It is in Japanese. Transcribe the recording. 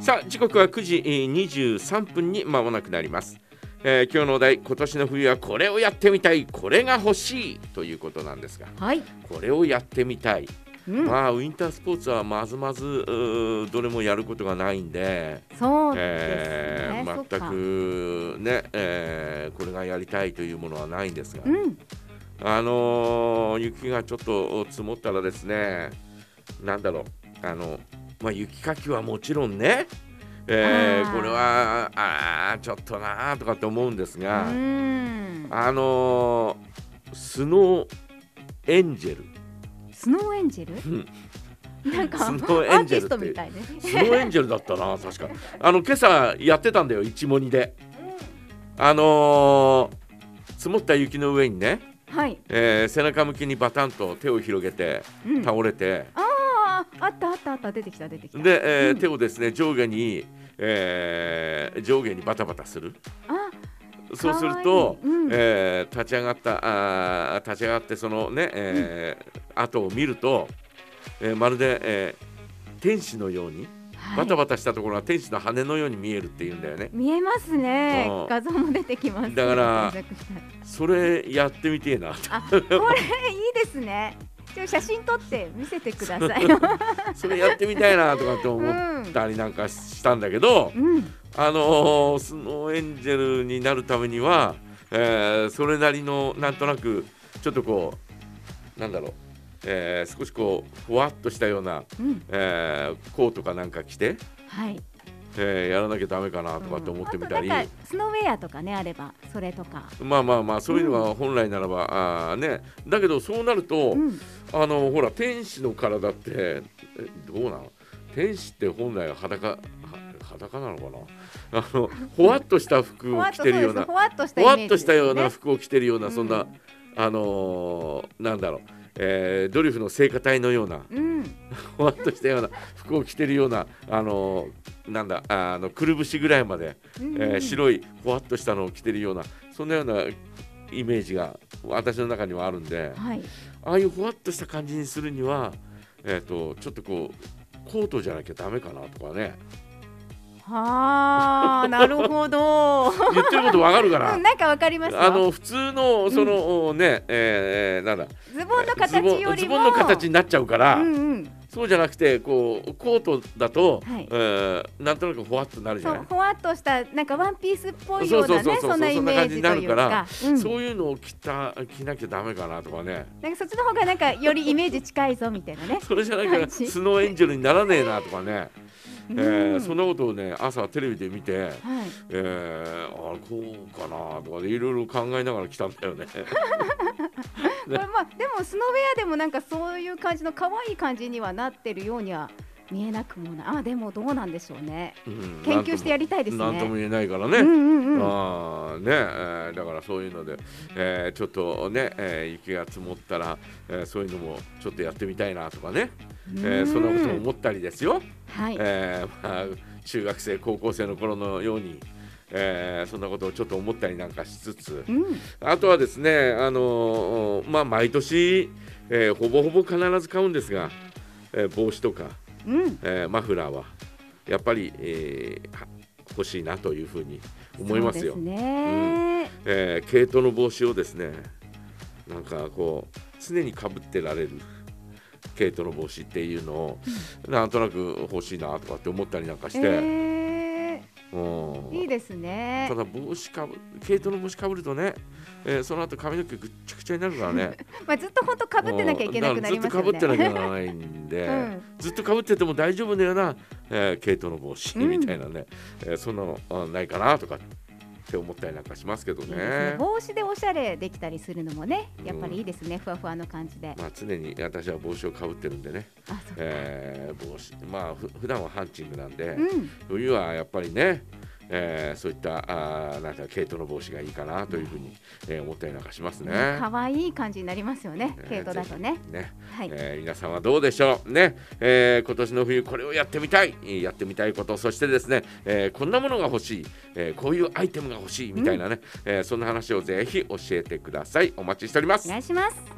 さあ時刻は9時えー23分に間もなくなります、えー今日のお題今年の冬はこれをやってみたいこれが欲しいということなんですがはい、これをやってみたい、うん、まあウィンタースポーツはまずまずうーどれもやることがないんでそうですえね。そーっか全くね、えーこれがやりたいというものはないんですが、うん、あのー雪がちょっと積もったらですねなんだろうあの、まあ、雪かきはもちろんね、えーあーこれはあーちょっとなーとかって思うんですうが、ん、あのースノーエン ジェルスノーエンジェル？なんか スノーエンジェルってアーティストみたいね。スノーエンジェルだったな確かあの今朝やってたんだよ一モニで、あのー積もった雪の上にね、 はい、えー背中向きにバタンと手を広げてうん、あ倒れて、あーあったあったあった出てきた出てきた。で、えーうん手をですね上下に、えー上下にバタバタするあそうするとかわいいうんえー立ち上がったあー立ち上がってそのね、えー後を見ると、えーまるで、えー天使のようにはいバタバタしたところが天使の羽のように見えるっていうんだよね、見えますねうん。画像も出てきます。だから検索したらそれやってみてえなあ、これいいですね。ちょ写真撮って見せてください。うそれやってみたいなとかって思っん、たりなんかしたんだけど、 うん、あのースノーエンジェルになるためには、えーそれなりのなんとなくちょっとこうなんだろう、えー少しこうふわっとしたような、うん、えーコートかなんか着て、はい。えーやらなきゃダメかなとかって思ってみたり、うんあとなんかスノーウェアとかねあればそれとか。まあまあまあそういうのが本来ならば、あーねだけどそうなると、うん、あのほら天使の体ってえどうなの天使って本来は裸は裸なのかなあのほわっとした服ふをわっ着とてるようなそうですねふわっとしたふイメわージっとしたようなです服を着てるような、うんそんなあのーなんだろう、えードリフの聖歌隊のような ねうん。ふわっとしたような服を着てるようなあのーなんだあのくるぶしぐらいまで、えーうん白いふわっとしたのを着てるようなそんなようなイメージが私の中にはあるんではい。ああいうふわっとした感じにするには、えー、とちょっとこうコートじゃなきゃダメかなとかねはあ、なるほど。う言ってることわかるかなん なんかわかりますよ。あの普通のその、ねえーなんだズボンの形ズよボンりもズボンの形になっちゃうから、うんうん。そうじゃなくてこうコートだと、はいえーなんとなくふわっとなるじそゃなういほわっとしたなんかワンピースっぽいようなそうそうそうねそうそんなイメージというか、そう,、うん、いうのを着た着なきゃダメかなとかねなんかそっちの方がなんかよりイメージ近いぞみたいな 。ねそれじゃなきゃ感じスノーエンジェルにならねえなとかね、うえんーそんなことをね朝テレビで見て、はい。えー、あこうかなとかでいろいろ考えながら来たんだよね。これまあでもスノーウェアでもなんかそういう感じの可愛い感じにはなってるようには見えなくもない。あでもどうなんでしょうね。うん研究してやりたいですね。なんともね。言えないからね。うんうんう ん。あーね、えーだからそういうので、えーちょっとね、えー雪が積もったら、えーそういうのもちょっとやってみたいなとかね、えーそんなことを思ったりですよ、はい。えーまあ、中学生高校生の頃のように、えーそんなことをちょっと思ったりなんかしつつうん。あとはですね、あのーまあ、毎年、えーほぼほぼ必ず買うんですが、えー帽子とか、うん。えーマフラーはやっぱり、えーは欲しいなというふうに思いますよそう。ですね。えー毛糸の帽子をですねなんかこう常にかぶってられる毛糸の帽子っていうのをなんとなく欲しいなとかって思ったりなんかして、えうんー、いいですねた。だ帽子かぶ毛糸の帽子かぶるとね、えーその後髪の毛ぐっちゃぐちゃになるからねまあずっと本当 被ってなきゃいけなくなりますようんだからずっとかね。ぶってなきゃならないんで、 うんずっとかぶってても大丈夫なような、えー毛糸の帽子うんみたいなね、えーそんなのあないかなとかって思ったりなんかしますけどいいですねね。帽子でおしゃれできたりするのもね、やっぱりいいですね、ふわふわの感じで。まあ、常に私は帽子をかぶってるんでね、あ、そう。えー帽子まあふ普段はハンチングなんで、うん、冬はやっぱりね、えーそういったあーなんか毛糸の帽子がいいかなというふうに、えー思ったりなんかしますね。可愛い感じになりますよねね、毛糸だとねぜ。ひねはい、えー皆さんはどうでしょうね、えー今年の冬これをやってみたいえーやってみたいことそしてですね、えーこんなものが欲しい、えーこういうアイテムが欲しいみたいなね、えーそんな話をぜひ教えてくださいお待ちしておりますお願いします。